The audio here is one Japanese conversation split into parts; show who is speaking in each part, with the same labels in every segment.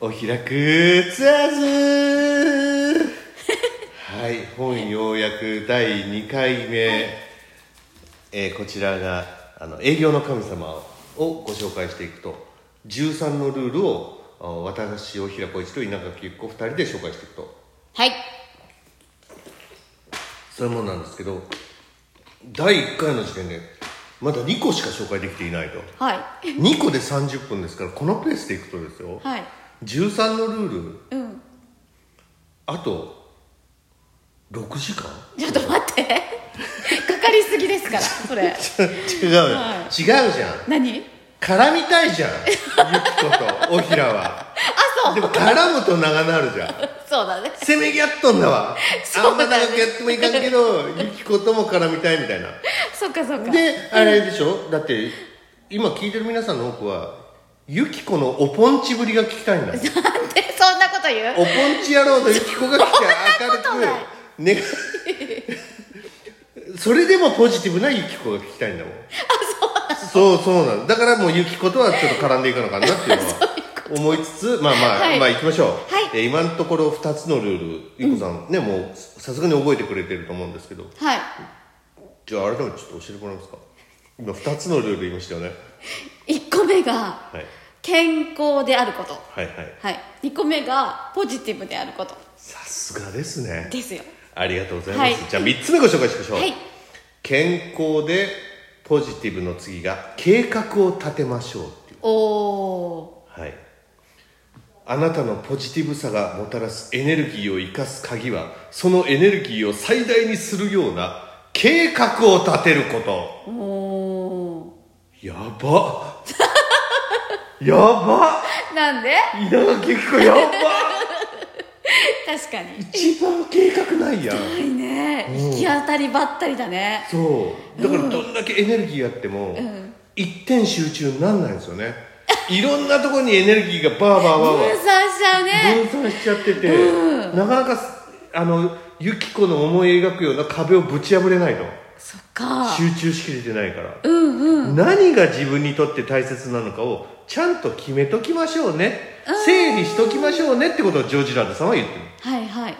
Speaker 1: お開くツアーズはい本ようやく第2回目、えーこちらがあの営業の神様をご紹介していくと13のルールをあ私大平浩一と稲垣由紀子2人で紹介していくと
Speaker 2: はい
Speaker 1: そういうもんなんですけど第1回の時点でまだ2個しか紹介できていないと
Speaker 2: はい
Speaker 1: 2個で30分ですからこのペースでいくとですよ、
Speaker 2: はい
Speaker 1: 13のルール
Speaker 2: うん
Speaker 1: あと6時間
Speaker 2: ちょっと待って かかりすぎですからそれ
Speaker 1: 違うよ、
Speaker 2: は
Speaker 1: 違うじゃん
Speaker 2: 何
Speaker 1: 絡みたいじゃんゆきことおひらは
Speaker 2: あ
Speaker 1: で
Speaker 2: そう
Speaker 1: も絡むと長なるじゃん
Speaker 2: そうだね
Speaker 1: せめぎ合っとんだわあ
Speaker 2: そ
Speaker 1: ん
Speaker 2: う
Speaker 1: ま
Speaker 2: だね
Speaker 1: 長くやってもいかんけどゆきことも絡みたいみたいな
Speaker 2: そっかそっか
Speaker 1: であれでしょだって今聞いてる皆さんの多くはゆきこのおぽんちぶりが聞きたいんだ
Speaker 2: なんで そんなこと言
Speaker 1: お
Speaker 2: う
Speaker 1: ぽんち野郎のゆきこが来て
Speaker 2: そ
Speaker 1: 明
Speaker 2: ん
Speaker 1: る
Speaker 2: なこ
Speaker 1: くねそれでもポジティブなゆきこが聞きたいんだもんあそうそうそうなのだからもうゆきことはちょっと絡んでいかなあかんなっていうのは思いつつまあまあ、
Speaker 2: はい
Speaker 1: まあ行きましょう、
Speaker 2: はい
Speaker 1: えー今のところ2つのルールゆきこさん、ねもうさすがに覚えてくれてると思うんですけど
Speaker 2: はい
Speaker 1: じゃあ改めてちょっと教えてもらえますか今2つのルール言いましたよね
Speaker 2: 1個目が
Speaker 1: はい
Speaker 2: 健康であること
Speaker 1: はいはい
Speaker 2: はい2個目がポジティブであること
Speaker 1: さすがですね
Speaker 2: ですよ
Speaker 1: ありがとうございます、
Speaker 2: はい
Speaker 1: じゃあ3つ目ご紹介しましょう、
Speaker 2: はい
Speaker 1: 健康でポジティブの次が計画を立てましょうっていう
Speaker 2: おお
Speaker 1: はいあなたのポジティブさがもたらすエネルギーを生かす鍵はそのエネルギーを最大にするような計画を立てること
Speaker 2: ーお
Speaker 1: やばやば
Speaker 2: ーなんで
Speaker 1: 稲垣結子やば
Speaker 2: 確かに
Speaker 1: 一番計画ないやん
Speaker 2: いいね行き当たりばったりだね
Speaker 1: そうだからどんだけエネルギーあっても、一点集中になんないんですよね いろんなところにエネルギーがバーバーバー
Speaker 2: 分
Speaker 1: バー
Speaker 2: 散しちゃうね
Speaker 1: 分散しちゃってて、なかなかあのユキコの思い描くような壁をぶち破れないの
Speaker 2: そっか
Speaker 1: 集中しきれてないから、何が自分にとって大切なのかをちゃんと決めときましょうね、整理しときましょうねってことをジョージ・ランドさんは言ってる
Speaker 2: はいはい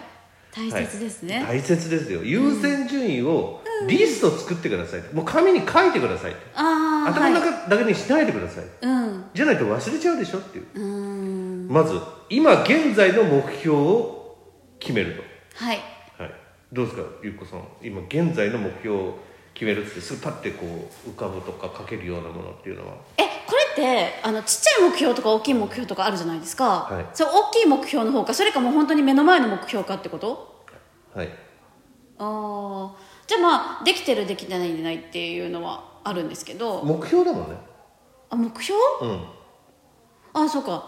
Speaker 2: 大切ですね、
Speaker 1: はい大切ですよ優先順位をリスト作ってください、もう紙に書いてください
Speaker 2: ああ
Speaker 1: 頭の中だけにしないでください、
Speaker 2: うん
Speaker 1: じゃないと忘れちゃうでしょっていう
Speaker 2: うーん
Speaker 1: まず今現在の目標を決める
Speaker 2: はい
Speaker 1: と、はい、どうですかゆっこさん今現在の目標を決めるってすぐパッてこう浮かぶとか書けるようなものっていうのは
Speaker 2: えこれってあのちっちゃい目標とか大きい目標とかあるじゃないですか、
Speaker 1: はい
Speaker 2: それ大きい目標の方かそれかもう本当に目の前の目標かってこと
Speaker 1: はい
Speaker 2: ああじゃあまあできてるできてないでないっていうのはあるんですけど
Speaker 1: 目標だもんね
Speaker 2: あ目標
Speaker 1: うん
Speaker 2: あそうか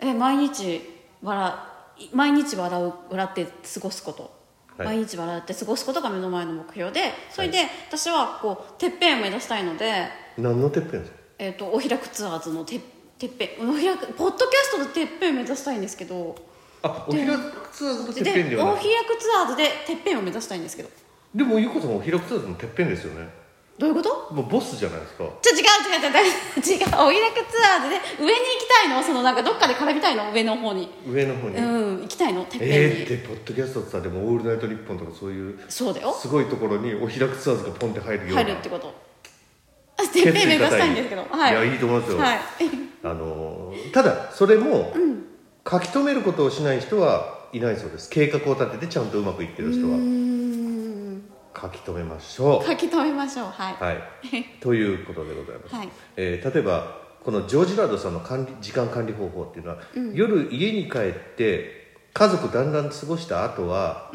Speaker 2: え毎日笑い毎日笑う笑って過ごすこと、
Speaker 1: はい
Speaker 2: 毎日笑って過ごすことが目の前の目標でそれで私はこうてっぺんを目指したいので、
Speaker 1: 何のてっぺんですか
Speaker 2: えー、とお開くツアーズのててっぺんお開くポッドキャストのてっぺんを目指したいんですけど
Speaker 1: あお開くツアーズのてっぺんで
Speaker 2: でお
Speaker 1: はな
Speaker 2: 開
Speaker 1: い
Speaker 2: くツアーズでてっぺんを目指したいんですけど
Speaker 1: でもゆっこさんお開くツアーズのてっぺんですよね
Speaker 2: どういうこと
Speaker 1: もうボスじゃないですか
Speaker 2: ちょ違う違う違う違う違うお開くツアーズで上に行きたいのそのなんかどっかで絡みたいの上の方に
Speaker 1: 上の方に、
Speaker 2: うん行きたいのてっぺんに、
Speaker 1: えー、ってポッドキャストってさでも「オールナイトニッポン」とかそういう
Speaker 2: そうだよ
Speaker 1: すごいところにお開くツアーズがポンって入るような
Speaker 2: 入るってことあてっぺん目指したいんですけど
Speaker 1: 決意固
Speaker 2: はい
Speaker 1: いやいいと思いますよ
Speaker 2: はい、
Speaker 1: あのーただそれも、書き留めることをしない人はいないそうです計画を立ててちゃんとうまくいってる人
Speaker 2: うー
Speaker 1: は
Speaker 2: ん
Speaker 1: 書き留めましょう
Speaker 2: 書き留めましょうはい、
Speaker 1: はいということでございます、
Speaker 2: はい
Speaker 1: えー例えばこのジョージ・ラードさんの管理時間管理方法っていうのは、夜家に帰って家族だんだん過ごした後は、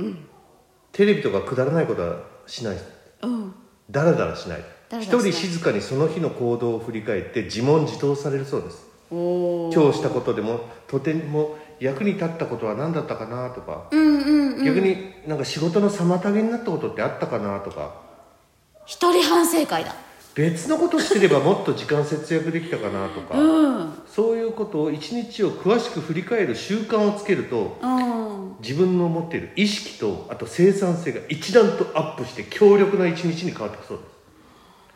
Speaker 1: テレビとかくだらないことはしない
Speaker 2: うん
Speaker 1: だらだらしない
Speaker 2: ダラダラし
Speaker 1: 一
Speaker 2: な
Speaker 1: 人
Speaker 2: い
Speaker 1: 静かにその日の行動を振り返って自問自答されるそうです
Speaker 2: おお
Speaker 1: 今日したことでもとても役に立ったことは何だったかなとか、
Speaker 2: うんうん
Speaker 1: 逆になんか仕事の妨げになったことってあったかなとか
Speaker 2: 一人反省会だ
Speaker 1: 別のことしてれ ばもっと時間節約できたかなとか、
Speaker 2: うん
Speaker 1: そういうことを一日を詳しく振り返る習慣をつけると
Speaker 2: うん
Speaker 1: 自分の持っている意識とあと生産性が一段とアップして強力な一日に変わってきそうです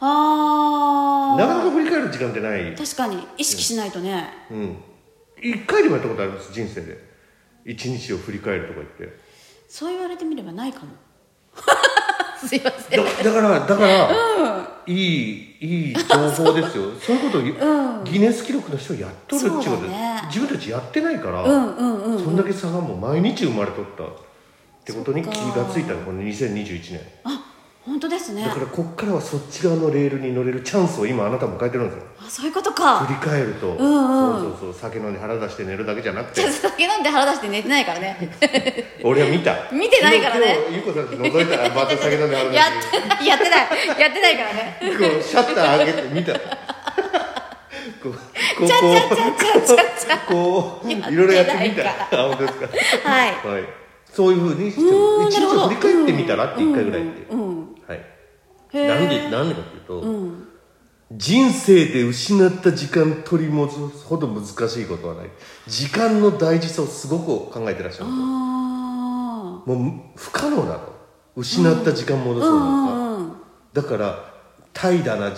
Speaker 2: あ
Speaker 1: なかな
Speaker 2: あ
Speaker 1: か振り返る時間ってない
Speaker 2: 確かに意識しないとね、
Speaker 1: うん、一回でもやったことあります人生で一日を振り返るとか言って
Speaker 2: そう言われてみればないかも すいません
Speaker 1: だだからだから、いいいい情報です よそういうことを、ギネス記録の人やっとるっていうこと
Speaker 2: そうだね
Speaker 1: 自分たちやってないから、
Speaker 2: うんうんうん
Speaker 1: そんだけ差がもう毎日生まれとったってことに気がついたのこの2021年
Speaker 2: あ本当ですね
Speaker 1: だからこっからはそっち側のレールに乗れるチャンスを今あなたも変えてるんですよ
Speaker 2: あそういうこと
Speaker 1: 振
Speaker 2: か
Speaker 1: り返ると、
Speaker 2: んうん
Speaker 1: そうそうそう酒飲んで腹出して寝るだけじゃなくて
Speaker 2: ちょっと酒飲んで腹出して寝てないからね
Speaker 1: 俺は見た
Speaker 2: 見てないからね
Speaker 1: 昨日今日ゆうこさんち覗いたらまた酒飲んで腹出
Speaker 2: や
Speaker 1: して
Speaker 2: ってないやってないやってないからね
Speaker 1: こうシャッター上げて 見たこうこうこう
Speaker 2: ちゃちゃちゃちゃちゃ
Speaker 1: こう
Speaker 2: やってないから
Speaker 1: いろいろやってみたあ本当ですか
Speaker 2: はい
Speaker 1: はいそういうふうにして一
Speaker 2: うーんなるほど
Speaker 1: 日振り返ってみたらって一回ぐらいって
Speaker 2: うんうん
Speaker 1: はい
Speaker 2: へー
Speaker 1: なんでなんでかっていうと、
Speaker 2: うん
Speaker 1: 人生で失った時間取り戻すほど難しいことはない時間の大事さをすごく考えてらっしゃる
Speaker 2: あ
Speaker 1: もう不可能なの失った時間戻
Speaker 2: あ
Speaker 1: す
Speaker 2: う
Speaker 1: の
Speaker 2: ん
Speaker 1: なんか、
Speaker 2: うんうん
Speaker 1: だから怠惰な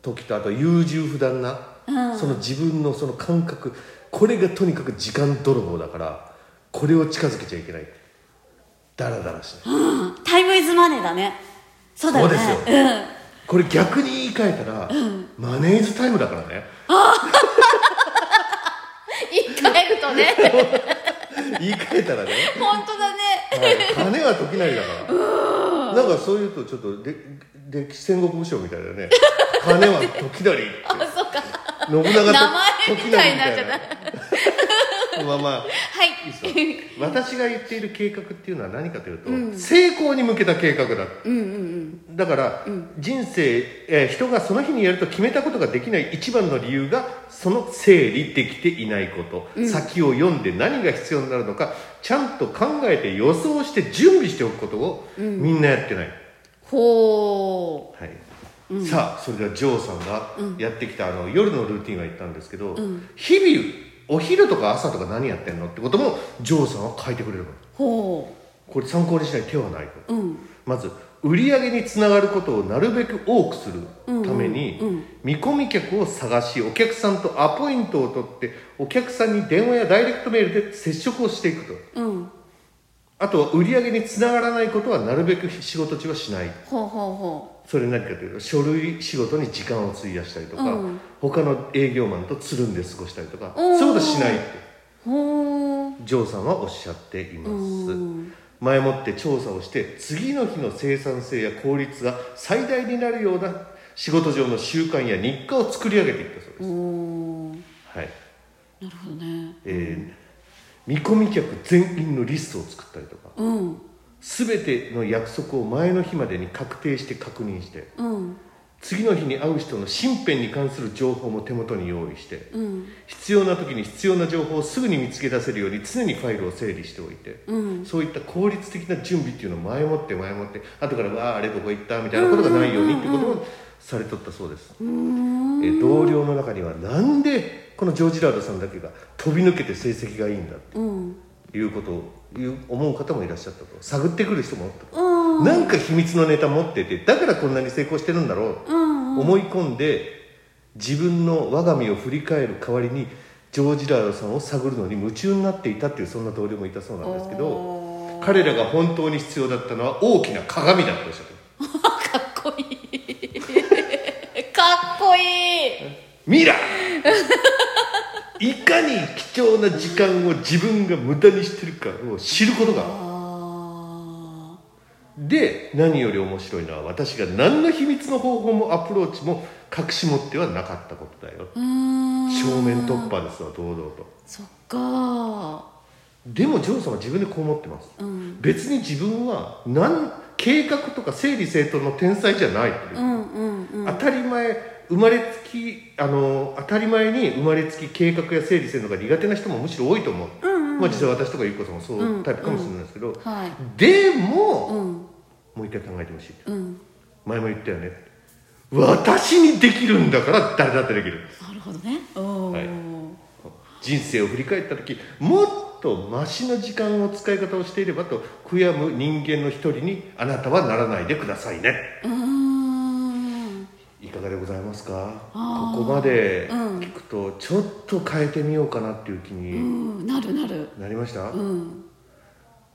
Speaker 1: 時とあと優柔不断な、
Speaker 2: うん
Speaker 1: その自分のその感覚これがとにかく時間泥棒だからこれを近づけちゃいけないダラダラしない、
Speaker 2: うんタイムイズマネーだねそうだよね
Speaker 1: そうです
Speaker 2: よ、
Speaker 1: これ逆に言い換えたら、マネーズタイムだからね
Speaker 2: うん、言い換えるとね
Speaker 1: 言い換えたらね、
Speaker 2: 本当だね
Speaker 1: はい、金は時なりだからなんかそういうとちょっとれ歴戦国武将みたいだね金は時なりって
Speaker 2: あそうか
Speaker 1: 信長と
Speaker 2: 名前みたいになっちゃった
Speaker 1: たまあまあ
Speaker 2: はい
Speaker 1: いいです か私が言っている計画っていうのは何かというと、成功に向けた計画だ
Speaker 2: うんうん
Speaker 1: だから、人生、えー人がその日にやると決めたことができない一番の理由がその整理できていないこと、先を読んで何が必要になるのかちゃんと考えて予想して準備しておくことを、みんなやってない、
Speaker 2: ほ
Speaker 1: はいさあそれではジョーさんがやってきた、あの夜のルーティンは言ったんですけど、日々お昼とか朝とか何やってんのってこともジョーさんは書いてくれるの
Speaker 2: うほ
Speaker 1: これ参考にしない手はないと
Speaker 2: ううん
Speaker 1: まず売り上げにつながることをなるべく多くするために、見込み客を探しお客さんとアポイントを取ってお客さんに電話やダイレクトメールで接触をしていくと
Speaker 2: うん
Speaker 1: あとは売り上げにつながらないことはなるべく仕事中はしない
Speaker 2: ほうほうほ
Speaker 1: それ何かというと書類仕事に時間を費やしたりとか、
Speaker 2: うん
Speaker 1: 他の営業マンとつるんで過ごしたりとか
Speaker 2: おー
Speaker 1: そういうことしないって
Speaker 2: うほう
Speaker 1: ジョーさんはおっしゃっています
Speaker 2: うん
Speaker 1: 前もって調査をして次の日の生産性や効率が最大になるような仕事上の習慣や日課を作り上げていったそうです、
Speaker 2: おー
Speaker 1: はい
Speaker 2: なるほどね
Speaker 1: えー見込み客全員のリストを作ったりとか
Speaker 2: うん
Speaker 1: 全ての約束を前の日までに確定して確認して
Speaker 2: うん
Speaker 1: 次の日に会う人の身辺に関する情報も手元に用意して
Speaker 2: うん
Speaker 1: 必要な時に必要な情報をすぐに見つけ出せるように常にファイルを整理しておいて、
Speaker 2: うん
Speaker 1: そういった効率的な準備っていうのを前もって前もって後からわああれどこ行ったみたいなことがないようにってことをされとったそうです、え同僚の中にはなんでこのジョージ・ラードさんだけが飛び抜けて成績がいいんだ
Speaker 2: うん
Speaker 1: ということをいう思う方もいらっしゃったと探ってくる人もおったと
Speaker 2: うん
Speaker 1: なんか秘密のネタ持っててだからこんなに成功してるんだろう
Speaker 2: うん
Speaker 1: 思い込んで自分の我が身を振り返る代わりにジョージ・ラードさんを探るのに夢中になっていたっていうそんな同僚もいたそうなんですけど
Speaker 2: お
Speaker 1: 彼らが本当に必要だったのは大きな鏡だっておっしゃってる
Speaker 2: かっこいいかっこいい
Speaker 1: ミラーいかに貴重な時間を自分が無駄にしてるかを知ることが
Speaker 2: あ
Speaker 1: で何より面白いのは私が何の秘密の方法もアプローチも隠し持ってはなかったことだよ
Speaker 2: ーうーん
Speaker 1: 正面突破ですわ堂々と。
Speaker 2: そっか
Speaker 1: でもジョーさんは自分でこう思ってます、
Speaker 2: うん
Speaker 1: 別に自分は何計画とか整理整頓の天才じゃないっていうう、
Speaker 2: んうんうん
Speaker 1: 当たり前生まれつきあの当たり前に生まれつき計画や整理整頓が苦手な人もむしろ多いと思う、まあ、実際私とかゆうこさんもそういうタイプかもしれないですけど、
Speaker 2: はい
Speaker 1: でも、
Speaker 2: うん
Speaker 1: もう一回考えてほしい
Speaker 2: うん
Speaker 1: 前も言ったよね私にできるんだから誰だってできる
Speaker 2: なるほどねおお、
Speaker 1: はい人生を振り返った時もっとマシな時間を使い方をしていればと悔やむ人間の一人にあなたはならないでくださいね
Speaker 2: うーん
Speaker 1: いかがでございますか
Speaker 2: あー
Speaker 1: ここまで聞くとちょっと変えてみようかなっていう気
Speaker 2: う
Speaker 1: に
Speaker 2: んなるなる
Speaker 1: なりました、
Speaker 2: うん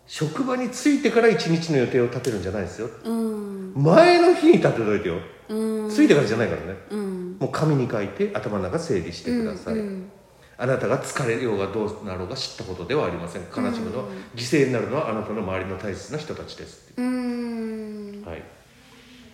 Speaker 1: 職場に着いてから一日の予定を立てるんじゃないですよ
Speaker 2: うん
Speaker 1: 前の日に立てといてよ
Speaker 2: うん
Speaker 1: 着いてからじゃないからね
Speaker 2: うん
Speaker 1: もう紙に書いて頭の中整理してください、
Speaker 2: うん
Speaker 1: あなたが疲れようがどうなろうが知ったことではありません悲しむのは、犠牲になるのはあなたの周りの大切な人たちです、
Speaker 2: うん
Speaker 1: はい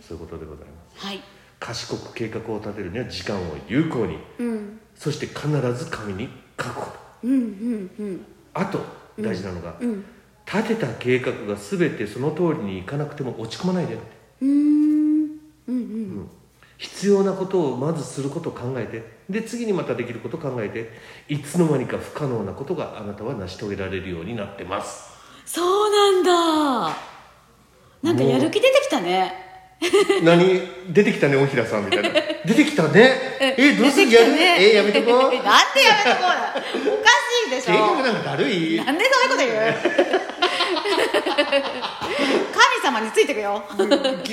Speaker 1: そういうことでございます
Speaker 2: はい
Speaker 1: 賢く計画を立てるには時間を有効に
Speaker 2: うん
Speaker 1: そして必ず紙に書くこと
Speaker 2: うんうんうん
Speaker 1: あと大事なのが、
Speaker 2: うん
Speaker 1: 立てた計画が全てその通りにいかなくても落ち込まないでって
Speaker 2: うんうん
Speaker 1: 必要なことをまずすることを考えてで次にまたできることを考えていつの間にか不可能なことがあなたは成し遂げられるようになって ます
Speaker 2: そうなんだなんかやる気出てきたね
Speaker 1: 何出てきたね大平さんみ たいな出てきたねえどうするや
Speaker 2: 出てき
Speaker 1: る
Speaker 2: たね
Speaker 1: えやめと
Speaker 2: な
Speaker 1: こ
Speaker 2: ん
Speaker 1: う
Speaker 2: でやめとこうだおかしいでし
Speaker 1: 計画
Speaker 2: ょ
Speaker 1: なんかだるい
Speaker 2: なんでそんなこと言う神様についてくよ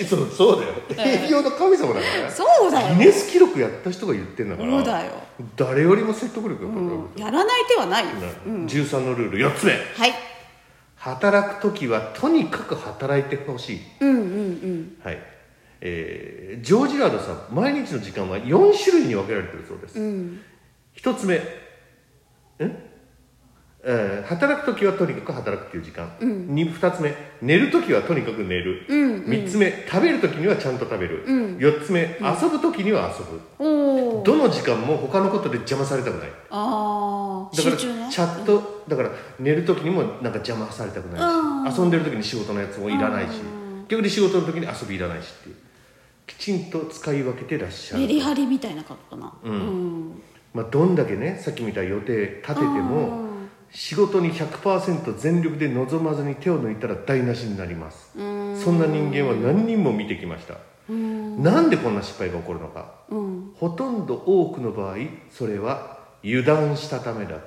Speaker 1: そうそうだよ営業の神様だからね
Speaker 2: そうだよ
Speaker 1: ギネス記録やった人が言ってんだから
Speaker 2: そうだよ
Speaker 1: 誰よりも説得力があるわけだ
Speaker 2: やらない手はないよ、
Speaker 1: よね13のルール4つ目
Speaker 2: はい
Speaker 1: 働く時はとにかく働いてほしい
Speaker 2: うんうんうん
Speaker 1: はいえージョージ・ラードさん毎日の時間は4種類に分けられてるそうです、
Speaker 2: うん
Speaker 1: 1つ目ん、えー働く時はとにかく働くという時間、に2つ目寝る時はとにかく寝る、
Speaker 2: うん
Speaker 1: 3つ目食べる時にはちゃんと食べる、
Speaker 2: うん
Speaker 1: 4つ目遊ぶ時には遊ぶ、
Speaker 2: おお
Speaker 1: どの時間も他のことで邪魔されたくない
Speaker 2: ああ
Speaker 1: だか
Speaker 2: 集
Speaker 1: ら
Speaker 2: 中ね
Speaker 1: チャットだから寝る時にもなんか邪魔されたくないし遊んでる時に仕事のやつもいらないし逆に仕事の時に遊びいらないしっていうきちんと使い分けてらっしゃ
Speaker 2: メ
Speaker 1: る
Speaker 2: リハリみたいなことかなうん
Speaker 1: まあ、どんだけねさっきみたいに予定立てても仕事に100%全力で望まずに手を抜いたら台無しになります
Speaker 2: うん
Speaker 1: そんな人間は何人も見てきました
Speaker 2: うん
Speaker 1: なんでこんな失敗が起こるのか
Speaker 2: うん
Speaker 1: ほとんど多くの場合それは油断したためだって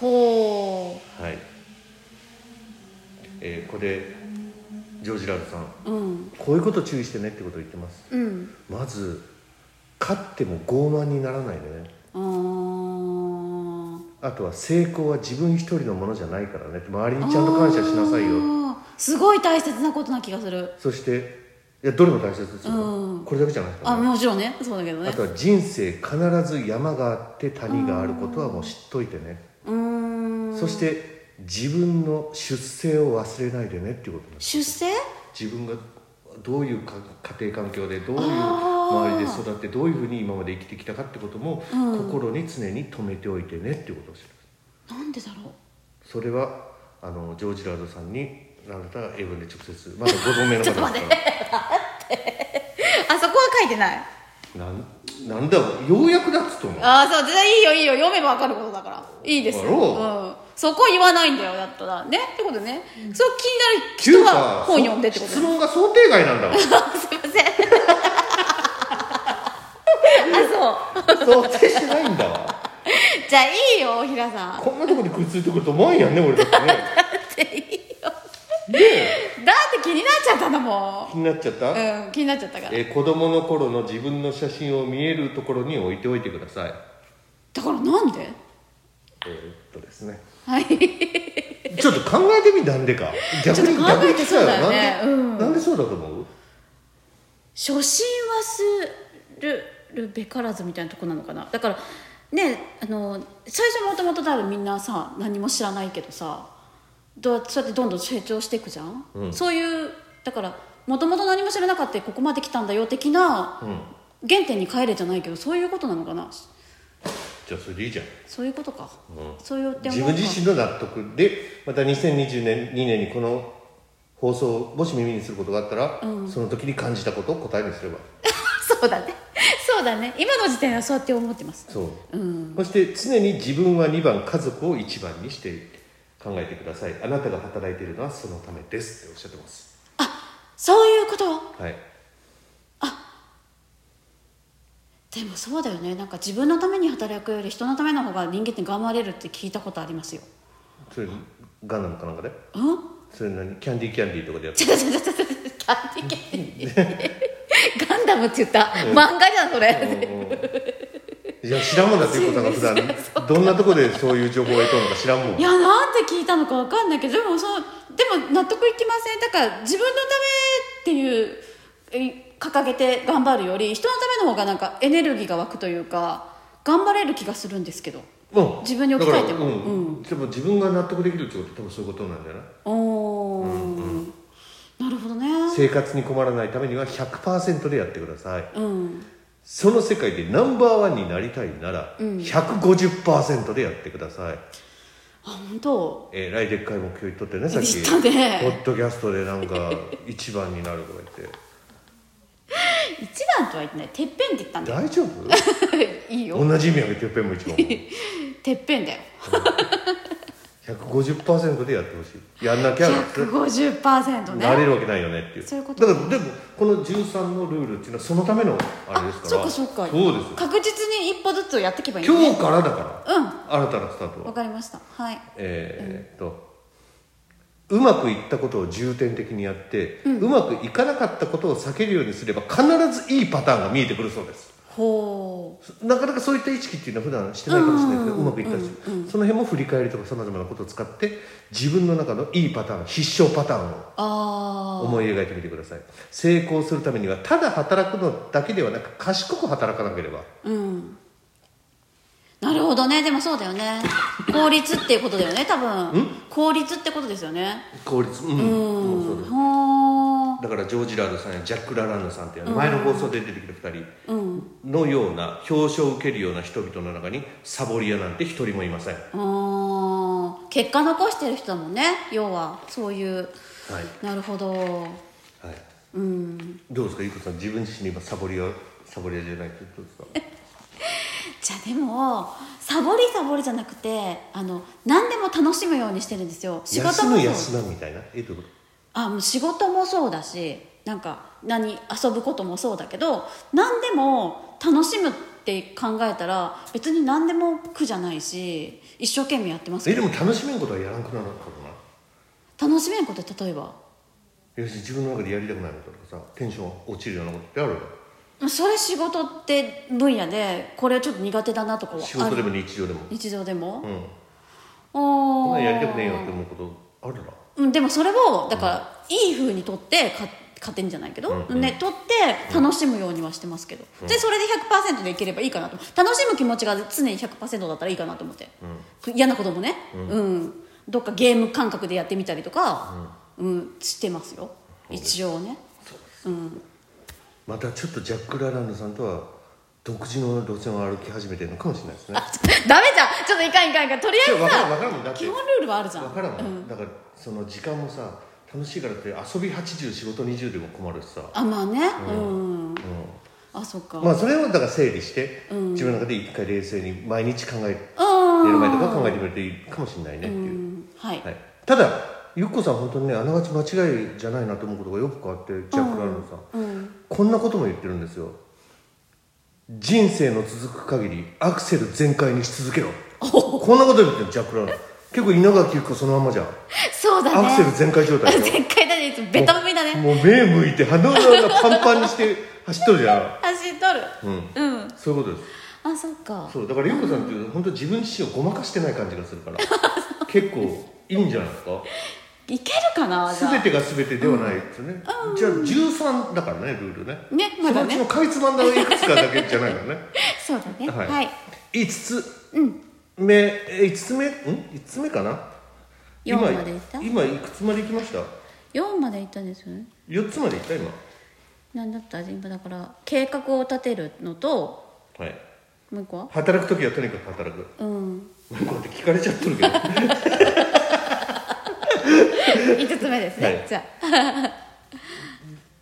Speaker 2: ほ
Speaker 1: はい、えーここでジョージ・ラルさん
Speaker 2: ううん
Speaker 1: こういうこと注意してねってことを言ってます
Speaker 2: うん
Speaker 1: まず勝っても傲慢にならないでね
Speaker 2: あー
Speaker 1: あとは成功は自分一人のものじゃないからねって周りにちゃんと感謝しなさいよ
Speaker 2: あーすごい大切なことな気がする
Speaker 1: そしていやどれも大切ですよ、
Speaker 2: うん
Speaker 1: これだけじゃないですか
Speaker 2: あ
Speaker 1: らね、
Speaker 2: もちろんねそうだけどね
Speaker 1: あとは人生必ず山があって谷があることはもう知っといてね
Speaker 2: うーん
Speaker 1: そして自分の出世を忘れないでねっていうことなんです
Speaker 2: 出世
Speaker 1: 自分がどういうか家庭環境でどういう
Speaker 2: あ
Speaker 1: 周
Speaker 2: ー
Speaker 1: りで育ってどういうふうに今まで生きてきたかってことも、
Speaker 2: うん
Speaker 1: 心に常に留めておいてねっていうことをする
Speaker 2: なんでだろう
Speaker 1: それはあのジョージ・ラードさんにあなたは英文で直接まだ5本目の方ですから
Speaker 2: あそこは書いてない
Speaker 1: なんなんだろうようやくだっつと思う
Speaker 2: ああそう絶対いいよいいよ読めば分かることだからいいですよ、
Speaker 1: だろ
Speaker 2: うん、そこ言わないんだよだったらねってことね、そう気
Speaker 1: ってい
Speaker 2: になる人
Speaker 1: うか
Speaker 2: は本読んでってこと
Speaker 1: 質
Speaker 2: ね
Speaker 1: 問が想定外なんだ わ
Speaker 2: あ すいませんあそう
Speaker 1: 想定してないんだわ
Speaker 2: じゃあいいよ大平さんだ
Speaker 1: こんなとこにくっついてくると思うんやんね俺だ ってね
Speaker 2: っていいよ
Speaker 1: ねえ
Speaker 2: だって気になっちゃったんだも
Speaker 1: 気になっちゃった、
Speaker 2: んうん気になっちゃったから
Speaker 1: えー子供の頃の自分の写真を見えるところに置いておいてください
Speaker 2: だからなんで
Speaker 1: えーっとですね
Speaker 2: はい
Speaker 1: ちょっと考えてみなんでか逆に
Speaker 2: ちょっと考えてそうだよね
Speaker 1: 逆に聞きたいわなんで、
Speaker 2: うん
Speaker 1: なんでそうだと思う
Speaker 2: 初心忘れるべからずみたいなとこなのかなだからねあの最初もともと多分みんなさ何も知らないけどさどうやってそうやってどんどん成長していくじゃん、
Speaker 1: うん
Speaker 2: そういうだからもともと何も知らなかったここまで来たんだよ的な
Speaker 1: うん
Speaker 2: 原点に帰れじゃないけどそういうことなのかな
Speaker 1: じゃあそれでいいじゃん、
Speaker 2: そういうことか、
Speaker 1: うん
Speaker 2: そういう
Speaker 1: 自分自身の納得でまた2022年2年にこの放送をもし耳にすることがあったら、その時に感じたことを答えにすれば
Speaker 2: 身 そうだねそうだね今の時点はそうやって思ってます
Speaker 1: そう、
Speaker 2: うん
Speaker 1: そして常に自分は2番家族を1番にして考えてくださいあなたが働いているのはそのためですっておっしゃってます
Speaker 2: そういうこと
Speaker 1: はい
Speaker 2: でもそうだよねなんか自分のために働くより人のための方が人間って頑張れるって聞いたことありますよ
Speaker 1: それガンダムかなんかで
Speaker 2: うん 違う
Speaker 1: それ何キャンディーキャンディーとかでやって
Speaker 2: 違う違う違う違うキャンディーキャンディーガンダムって言った漫画じゃんそれ、
Speaker 1: うんうんいや知らんもんだっていうことが普段
Speaker 2: そうですね
Speaker 1: どんなとこでそういう情報を得とるのか知らんもん
Speaker 2: いやなんて聞いたのかわかんないけどでもそのでも納得いきませんだから自分のためっていうえ掲げて頑張るより人のための方がなんかエネルギーが湧くというか頑張れる気がするんですけど
Speaker 1: うん
Speaker 2: 自分に置き換えて
Speaker 1: だ
Speaker 2: も
Speaker 1: からうんでも自分が納得できるってことは多分そういうことなんじゃない
Speaker 2: おおー、なるほどね
Speaker 1: 生活に困らないためには100%でやってください
Speaker 2: うん
Speaker 1: その世界でナンバーワンになりたいなら150%でやってください、
Speaker 2: あ本当
Speaker 1: えー、来でっかい目標言っとってねさっき
Speaker 2: 言ったね
Speaker 1: ポッドキャストでなんか一番になるとか言って
Speaker 2: 一番とは言ってないてっぺんって言ったんだよ
Speaker 1: 大丈
Speaker 2: いいよ
Speaker 1: 夫同じ意味あげてっぺんも一 番も
Speaker 2: てっぺんだよ
Speaker 1: 150%でやってほしいやんなきゃ
Speaker 2: 150%ね
Speaker 1: なれるわけないよねっていう
Speaker 2: そういうこと
Speaker 1: だからでもこの13のルールっていうのはそのためのあれですから
Speaker 2: そっかそっか
Speaker 1: そうですよ
Speaker 2: 確実に一歩ずつやっていけばいいの
Speaker 1: 今
Speaker 2: ね
Speaker 1: 日からだから、
Speaker 2: うん
Speaker 1: 新たなスタート
Speaker 2: わ
Speaker 1: は
Speaker 2: かりましたはい
Speaker 1: えーっとうまくいったことを重点的にやって、うまくいかなかったことを避けるようにすれば必ずいいパターンが見えてくるそうです
Speaker 2: ほ
Speaker 1: なかなかそういった意識っていうのは普段してないかもしれないけど、うまくいったりする、その辺も振り返りとかさまざまなことを使って自分の中のいいパターン必勝パターンを
Speaker 2: うあ
Speaker 1: 思い描いてみてください成功するためにはただ働くのだけではなく賢く働かなければ
Speaker 2: あうんなるほどねでもそうだよね効率っていうことだよね多分効率ってことですよね
Speaker 1: 効率うん、もうそうです
Speaker 2: ほー
Speaker 1: だからジョージ・ラードさんやジャック・ラランドさんっていう前の放送で出てきた2
Speaker 2: うん
Speaker 1: 人のような表彰を受けるような人々の中にサボり屋なんて一人もいません、は
Speaker 2: あー結果残してる人だもんね要はそういう
Speaker 1: はい
Speaker 2: なるほど
Speaker 1: い、
Speaker 2: うん
Speaker 1: どうですかゆうこさん自分自身に今サボり屋サボり屋じゃないってどうですか
Speaker 2: じゃあでもサボりサボりじゃなくてあの何でも楽しむようにしてるんですよ仕事
Speaker 1: 休
Speaker 2: も
Speaker 1: む
Speaker 2: そう
Speaker 1: 休むみたいなえどういうこ
Speaker 2: あもう仕事もそうだしなんか何遊ぶこともそうだけど何でも楽しむって考えたら別に何でも苦じゃないし一生懸命やってます
Speaker 1: とえ
Speaker 2: け
Speaker 1: で
Speaker 2: ど
Speaker 1: も楽しめんことはやらなくなるのかもな
Speaker 2: 楽しめることって例えば
Speaker 1: 要するに自分の中でやりたくないこととかさテンション落ちるようなことってあるよ
Speaker 2: それ仕事って分野でこれちょっと苦手だなとかは
Speaker 1: 仕
Speaker 2: あ
Speaker 1: 事で
Speaker 2: る
Speaker 1: も日常でも
Speaker 2: 日常でも、
Speaker 1: うん
Speaker 2: おー
Speaker 1: こんなんやりたくねえよって思うことあるな
Speaker 2: うん、でもそれをだから、いいふうにとってか勝てんじゃないけど、
Speaker 1: うんうん
Speaker 2: ね、とって楽しむようにはしてますけど、でそれで100%でいければいいかなと楽しむ気持ちが常に100%だったらいいかなと思って、嫌なこともね、うんどっかゲーム感覚でやってみたりとか、うんしてますよ一応ね
Speaker 1: またちょっとジャック・ラランドさんとは独自の路線を歩き始めてるのかもしれないですね
Speaker 2: あ ちょダメじゃんちょっといかんいかんいかんとりあえず
Speaker 1: 分からん分
Speaker 2: さ
Speaker 1: からんもんだって
Speaker 2: 基本ルールはあるじゃん
Speaker 1: 分からんもん、だからその時間もさ楽しいからって遊び80仕事20でも困るしさ、
Speaker 2: あまあねうん、
Speaker 1: う
Speaker 2: あそっか、
Speaker 1: ん、まあそれをだから整理して、自分の中で一回冷静に毎日考え
Speaker 2: うん
Speaker 1: 寝る前とか考えてみるといいかもしれないねっていうう、
Speaker 2: んはい
Speaker 1: はい、ただゆっこさん本当にねあながち間違いじゃないなと思うことがよくあってジャック・ラルドさん、
Speaker 2: うん
Speaker 1: こんなことも言ってるんですよ人生の続く限りアクセル全開にし続けろこんなこと言ってるジャック・ラルド結構稲垣由紀子そのまんまじゃん
Speaker 2: そうだね
Speaker 1: アクセル全開状態
Speaker 2: 絶対だねいつもベタ踏みだね
Speaker 1: もうもう目向いて鼻の裏がパンパンにして走っとるじゃ
Speaker 2: 走っとる
Speaker 1: ん、うん、
Speaker 2: うん
Speaker 1: そういうことです
Speaker 2: あそっか
Speaker 1: そうだからゆうこさんっていうのは本当自分自身をごまかしてない感じがするから結構いいんじゃないですか
Speaker 2: いけるかなじゃ
Speaker 1: 全
Speaker 2: あ
Speaker 1: てが全てではないですよね、じゃあ13だからねルールね
Speaker 2: ねまだね
Speaker 1: そのうちのかいつまんだのいくつかだけじゃないのね
Speaker 2: そうだね はい
Speaker 1: 5つ目、え5つ目ん5つ目かな
Speaker 2: 四
Speaker 1: 今
Speaker 2: までいった
Speaker 1: 今いくつまで行きました
Speaker 2: 4まで行ったんですよね
Speaker 1: 4つまで行った今
Speaker 2: 何だった今だから計画を立てるのと
Speaker 1: はい
Speaker 2: もう一個は
Speaker 1: 働く時はとにかく働く
Speaker 2: うん
Speaker 1: なんかこうやって聞かれちゃっとるけどは
Speaker 2: 5つ目ですね、
Speaker 1: はい
Speaker 2: じゃあ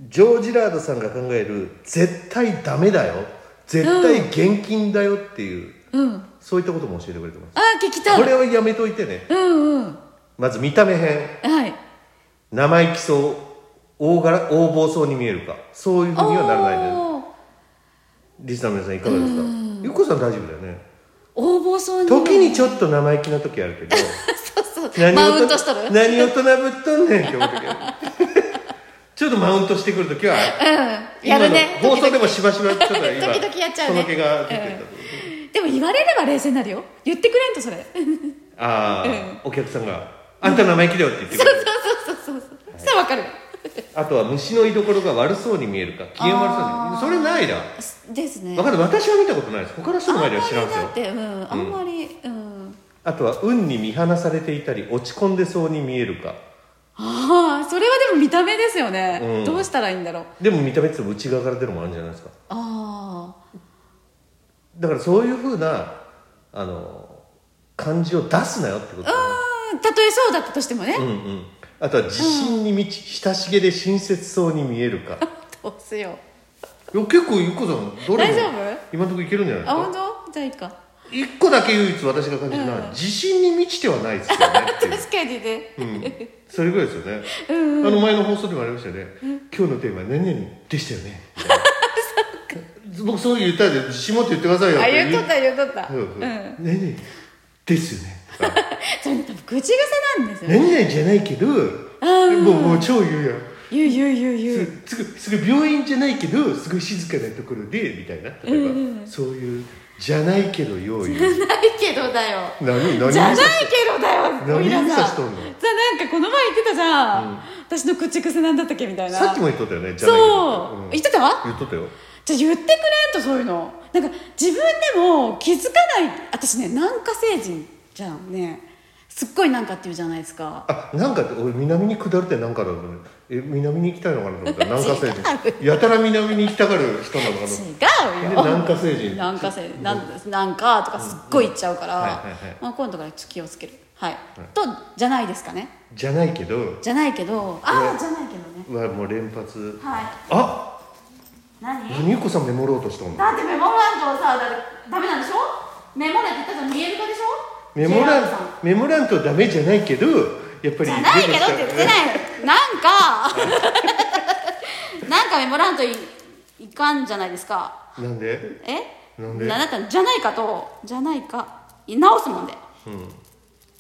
Speaker 1: ジョージ・ラードさんが考える絶対ダメだよ絶対現金だよっていう、
Speaker 2: うん
Speaker 1: そういったことも教えてくれてます
Speaker 2: あー聞きたい
Speaker 1: これはやめといてね
Speaker 2: うんうん
Speaker 1: まず見た目編
Speaker 2: はい
Speaker 1: 生意気そう大柄横暴そうに見えるかそういうふうにはならないで、
Speaker 2: おー
Speaker 1: リスナーの皆さんいかがですかゆっこさん大丈夫だよね
Speaker 2: 横暴そうに
Speaker 1: 時にちょっと生意気な時あるけど
Speaker 2: そうそう マウントしとる
Speaker 1: 何大人ぶっとんねんって思う時 あるちょっとマウントしてくる時は
Speaker 2: うんやるね
Speaker 1: 今の放送でもしばしばちょっと今
Speaker 2: 時々やっちゃうね
Speaker 1: その気が出てたと、
Speaker 2: でも言われれば冷静になるよ言ってくれんとそれ
Speaker 1: ああ、
Speaker 2: うん
Speaker 1: お客さんが「あんた生意気だよ」って言ってくれる
Speaker 2: そうそうそうそうそしたら分かる
Speaker 1: あとは虫の居所が悪そうに見えるか機嫌悪
Speaker 2: あー
Speaker 1: そうに見えるそれないだ
Speaker 2: ですね
Speaker 1: 分かる私は見たことないです他の人の前では知らんす
Speaker 2: あんまりだ
Speaker 1: よ
Speaker 2: って、うん、あんまり、うん
Speaker 1: あとは運に見放されていたり落ち込んでそうに見えるか
Speaker 2: ああそれはでも見た目ですよね、
Speaker 1: うん
Speaker 2: どうしたらいいんだろう
Speaker 1: でも見た目って内側から出るのもあるんじゃないですか
Speaker 2: あ
Speaker 1: だからそういうふうなあの感じを出すなよってことだね
Speaker 2: あうんたとえそうだったとしてもね、
Speaker 1: うんうんあとは自信に満ち親しげで親切そうに見えるか
Speaker 2: どうせよ
Speaker 1: いや結構ゆっこさんどれ
Speaker 2: 大
Speaker 1: も
Speaker 2: 丈
Speaker 1: 今のところいけるんじゃないです
Speaker 2: あ本
Speaker 1: か
Speaker 2: 当じゃあいいか
Speaker 1: 一個だけ唯一私が感じるのは、
Speaker 2: うん
Speaker 1: 自信に満ちてはないですよねっていう
Speaker 2: 確かにね、
Speaker 1: うん、それぐらいですよね、あの前の放送でもありましたよね、今日のテーマ何々でしたよ ね僕そう言ったら自信持って言ってくださいよ
Speaker 2: あ言っとった言っとっ
Speaker 1: そ
Speaker 2: た、
Speaker 1: うそう何々ですよねとか
Speaker 2: それ多分口癖なんですよ、ね、
Speaker 1: 何々じゃないけどもうもう超言うやん
Speaker 2: 言う言う言う言う
Speaker 1: すすすごい病院じゃないけどすごい静かなところでみたいな例えば、そういうじゃないけどよう 言う
Speaker 2: ないけどだよ
Speaker 1: 何何
Speaker 2: じゃないけ
Speaker 1: 指し
Speaker 2: どだよ
Speaker 1: 何
Speaker 2: おいら
Speaker 1: 指
Speaker 2: さ
Speaker 1: さ
Speaker 2: ん
Speaker 1: し
Speaker 2: じゃ
Speaker 1: と
Speaker 2: あ
Speaker 1: んの
Speaker 2: なんかこの前言ってたじゃん、私の口癖なんだったっけみたいな
Speaker 1: さっきも言っとったよねじゃないけど
Speaker 2: そう、
Speaker 1: ん
Speaker 2: 言ってたわ
Speaker 1: 言っとったよ
Speaker 2: じゃあ言ってくれんとそういうのなんか自分でも気づかない私ね南下星人じゃんねすっごいなんかって言うじゃないですか
Speaker 1: あなんか俺南に下るってなんかだと思うえ南に行きたいのかなと 思ったら南下星人やたら南に行きたがる人なのかな
Speaker 2: 違う
Speaker 1: で
Speaker 2: よ
Speaker 1: 南下星人
Speaker 2: 南下星人なんなんかとかすっごい言っちゃうから、
Speaker 1: はいはいはい
Speaker 2: まあ、今度から気をつけるはい、とじゃないですかね
Speaker 1: じゃないけど
Speaker 2: じゃないけどあ
Speaker 1: う
Speaker 2: あ
Speaker 1: ん
Speaker 2: じゃないけどね
Speaker 1: はもう連発、
Speaker 2: はい
Speaker 1: あ
Speaker 2: 何
Speaker 1: 何ゆっこさんメモろうとしたの
Speaker 2: だってメモ欄とさだダメなんでしょメモ欄って言ったじゃん見える化でしょ
Speaker 1: メモ
Speaker 2: JR さん
Speaker 1: らんメモらんとダメじゃないけどやっぱり
Speaker 2: じゃないけどって言ってないなんか なんかメモらんといいかんじゃないですか
Speaker 1: なんで
Speaker 2: え
Speaker 1: なんで
Speaker 2: あなたじゃないかとじゃないかい直すもんで、
Speaker 1: ん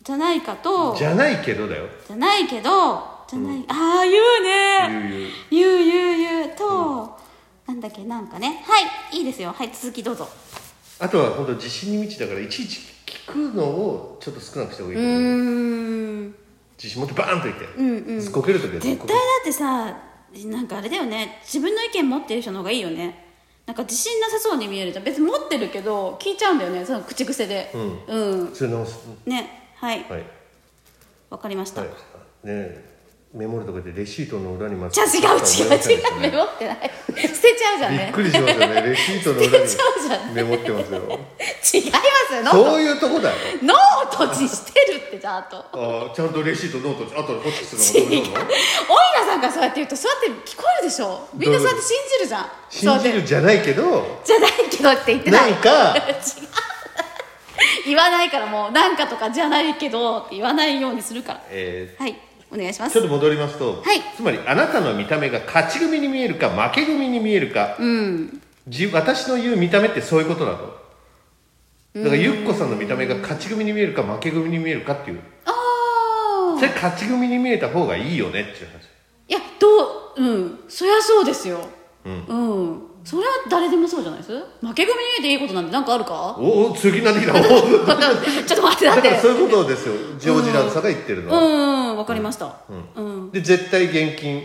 Speaker 2: じゃないかと
Speaker 1: じゃないけどだよ
Speaker 2: じゃないけどじゃない、ああ言うね
Speaker 1: 言う
Speaker 2: 言う言う言うと、なんだっけなんかねはいいいですよはい続きどうぞ
Speaker 1: あとは本当自信に満ちだからいちいち聞くのをちょっと少なくした方がいいうと思う
Speaker 2: ーん
Speaker 1: 自信持ってバーンといって
Speaker 2: うんうん
Speaker 1: ずっこける時はずっ
Speaker 2: 絶
Speaker 1: こけ
Speaker 2: 対だ
Speaker 1: る
Speaker 2: ってさなんかあれだよね自分の意見持ってる人の方がいいよねなんか自信なさそうに見えるじゃん別に持ってるけど聞いちゃうんだよねその口癖で
Speaker 1: うん
Speaker 2: うん、
Speaker 1: それ直す
Speaker 2: ねはいわ、
Speaker 1: はい
Speaker 2: かりました、
Speaker 1: はいねえメモるとかでレシートの裏にま
Speaker 2: じゃあ違う違う違うメ
Speaker 1: び
Speaker 2: モってない捨てちゃうじゃん
Speaker 1: っ
Speaker 2: ね
Speaker 1: くりしますよねレシートの裏
Speaker 2: 捨てちゃうじゃ
Speaker 1: にメモってますよ
Speaker 2: 違いますよノー
Speaker 1: そういうとこだよ
Speaker 2: トノートにしてるってじゃああと
Speaker 1: あーちゃんとレシートノートあとでホッチキス
Speaker 2: 違
Speaker 1: の
Speaker 2: う
Speaker 1: 方
Speaker 2: オ
Speaker 1: が
Speaker 2: イ
Speaker 1: どうなの
Speaker 2: ラさんがそうやって言うとそうやって聞こえるでしょみんなそうやって信じるじゃん
Speaker 1: 信じ
Speaker 2: そうやっ
Speaker 1: るじゃないけど
Speaker 2: てじゃないけどって言って
Speaker 1: なんか
Speaker 2: 違う 言わないからもうなんかとかじゃないけどって言わないようにするから
Speaker 1: え
Speaker 2: はいお願いしま
Speaker 1: ーち
Speaker 2: す
Speaker 1: ょっと戻りますと、
Speaker 2: はい
Speaker 1: つまりあなたの見た目が勝ち組に見えるか負け組に見えるか、じ私の言う見た目ってそういうことだとだからゆっこさんの見た目が勝ち組に見えるか負け組に見えるかっていう
Speaker 2: ああ
Speaker 1: それ勝ち組に見えた方がいいよねっていう話
Speaker 2: いやどううんそりゃそうですようん、それは誰でもそうじゃないです負け組に見えていいことなんてなんかあるか
Speaker 1: おお強気になってきたおーだ
Speaker 2: ちょっと待ってだっ
Speaker 1: か
Speaker 2: て
Speaker 1: らそういうことですよジョージ・ランサが言ってるの
Speaker 2: う
Speaker 1: は、
Speaker 2: んうんわかりましたうん、うん
Speaker 1: で絶対現金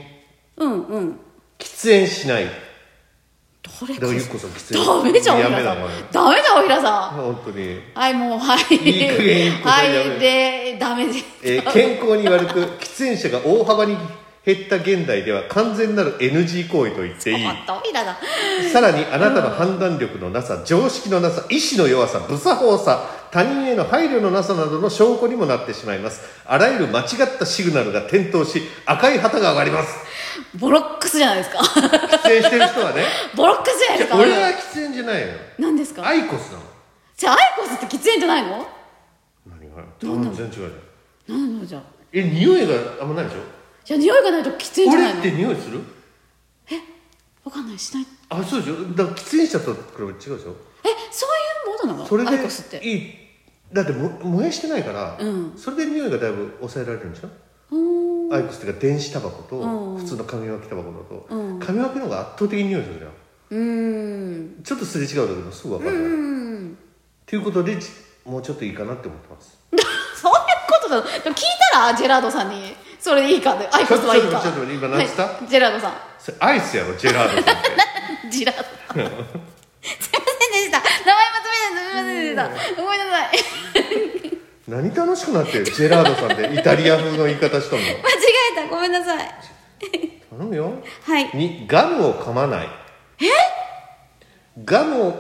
Speaker 2: うんうん
Speaker 1: 喫煙しない
Speaker 2: どれ
Speaker 1: だか
Speaker 2: から
Speaker 1: ゆっこさん喫煙
Speaker 2: ダメじゃんおひ
Speaker 1: やめ
Speaker 2: らさん
Speaker 1: な
Speaker 2: ダ
Speaker 1: お前
Speaker 2: メだおひらさん
Speaker 1: 本当に
Speaker 2: はいもうは
Speaker 1: い
Speaker 2: い
Speaker 1: い加減いい加減やめ
Speaker 2: はいでダメです
Speaker 1: えー健康に悪く喫煙者が大幅に減った現代では完全なる NG 行為と言ってい
Speaker 2: 困ったおひらだ
Speaker 1: いさらにあなたの判断力のなさ常識のなさ意志の弱さ不作法さ他人への配慮のなさなどの証拠にもなってしまいますあらゆる間違ったシグナルが点灯し赤い旗が上がります
Speaker 2: ボロックスじゃないですか
Speaker 1: 喫煙してる人は ね
Speaker 2: ボロックスじゃない
Speaker 1: い
Speaker 2: で
Speaker 1: や
Speaker 2: すか
Speaker 1: 俺は喫煙じゃないよ
Speaker 2: 何ですか
Speaker 1: アイコスなの
Speaker 2: じゃあアイコスって喫煙じゃないの
Speaker 1: 何が全然違うじゃん
Speaker 2: 何なのじゃあ
Speaker 1: え匂いがあんまないでしょ
Speaker 2: じゃあ匂いがないと喫煙じ
Speaker 1: 俺
Speaker 2: ゃない
Speaker 1: っ
Speaker 2: の
Speaker 1: て匂いする
Speaker 2: わかんないしない
Speaker 1: あそうでしょだから喫煙者と比べて違うでしょ
Speaker 2: えそういうものなの
Speaker 1: それ
Speaker 2: アイコスって
Speaker 1: でいいだっても燃やしてないから、
Speaker 2: うん
Speaker 1: それで匂いがだいぶ抑えられるんでしょ
Speaker 2: うーん
Speaker 1: アイコスっていうか電子タバコ
Speaker 2: う
Speaker 1: と
Speaker 2: ん
Speaker 1: 普通の紙巻きタバコだと、
Speaker 2: うん
Speaker 1: 紙巻きの方が圧倒的に匂いするじゃん
Speaker 2: うーん
Speaker 1: ちょっとすれ違うだけでもすぐ分かるじゃん、
Speaker 2: うん
Speaker 1: ということでちもうちょっといいかなって思ってます
Speaker 2: そういうことだ聞いたらジェラードさんにそれでいいかでアイコスはいいか
Speaker 1: ちょっと待ってちょっと待って今何つっ
Speaker 2: はいジェラードさん
Speaker 1: それアイスやろジェラードさんって
Speaker 2: ジラードすいません でした名前まとめないすいませんでしたごめんなさい
Speaker 1: 何楽しくなってるジェラードさんってイタリア風の言い方したの
Speaker 2: 間違えたごめんなさい
Speaker 1: 頼むよ
Speaker 2: はい
Speaker 1: にガムを噛まないガムを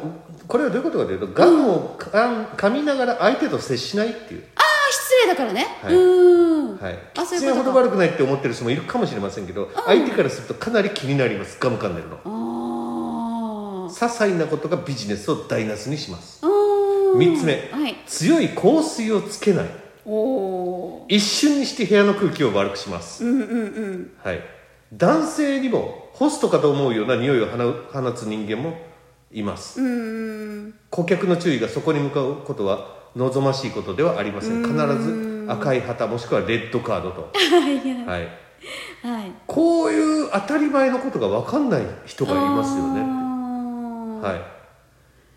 Speaker 1: これはどういうことかというとガムをかん噛みながら相手と接しないっていう、
Speaker 2: ああ失礼だからね、
Speaker 1: はいう
Speaker 2: ーん
Speaker 1: はい、
Speaker 2: あそう
Speaker 1: 喫
Speaker 2: いう
Speaker 1: 煙
Speaker 2: こ
Speaker 1: ほ
Speaker 2: と
Speaker 1: ど
Speaker 2: か
Speaker 1: 悪くないって思ってる人もいるかもしれませんけど、相手からするとかなり気になりますガム噛んでるの
Speaker 2: あー
Speaker 1: 些細なことがビジネスを台無しにします
Speaker 2: うーん
Speaker 1: 3つ目、
Speaker 2: はい
Speaker 1: 強い香水をつけない
Speaker 2: おお
Speaker 1: 一瞬にして部屋の空気を悪くします、
Speaker 2: ーうんうんうん
Speaker 1: はい、男性にもホストかと思うような匂いを放放つ人間もいます
Speaker 2: うーん
Speaker 1: 顧客の注意がそこに向かうことは望ましいことではありません必ず赤い旗もしくはレッドカードと、はい、
Speaker 2: はい
Speaker 1: こういう当たり前のことが分かんない人がいますよね
Speaker 2: ね
Speaker 1: はい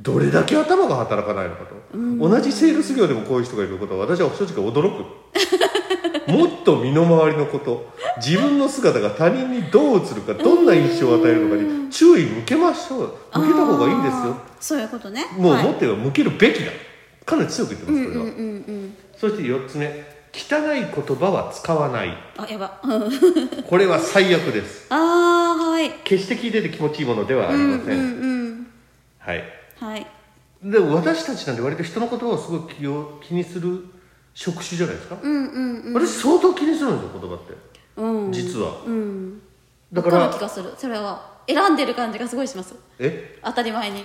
Speaker 1: どれだけ頭が働かないのかと同じセールス業でもこういう人がいることは私は正直驚く もっと身の回りのこと自分の姿が他人にどう映るかどんな印象を与えるのかに注意向けましょう向けた方がいいですよ
Speaker 2: そういうことね
Speaker 1: もう
Speaker 2: はい
Speaker 1: 持っては向けるべきだかなり強く言ってま
Speaker 2: う
Speaker 1: すこ
Speaker 2: んう
Speaker 1: れは、
Speaker 2: んうんうん
Speaker 1: そして4つ目汚い言葉は使わない
Speaker 2: あやばうん
Speaker 1: これは最悪です
Speaker 2: あーはい
Speaker 1: 決して聞いてて気持ちいいものではあ
Speaker 2: う
Speaker 1: り
Speaker 2: ん
Speaker 1: ま
Speaker 2: う
Speaker 1: せん、
Speaker 2: んうん
Speaker 1: はい
Speaker 2: はい
Speaker 1: で私たちなんで割と人の言葉をすごい気を気にする職種じゃないですか、
Speaker 2: うんうん
Speaker 1: 私相当気にするんですよ言葉って
Speaker 2: うん
Speaker 1: 実は、
Speaker 2: うん
Speaker 1: だから
Speaker 2: わかる気がするそれは選んでる感じがすごいします
Speaker 1: え
Speaker 2: 当たり前に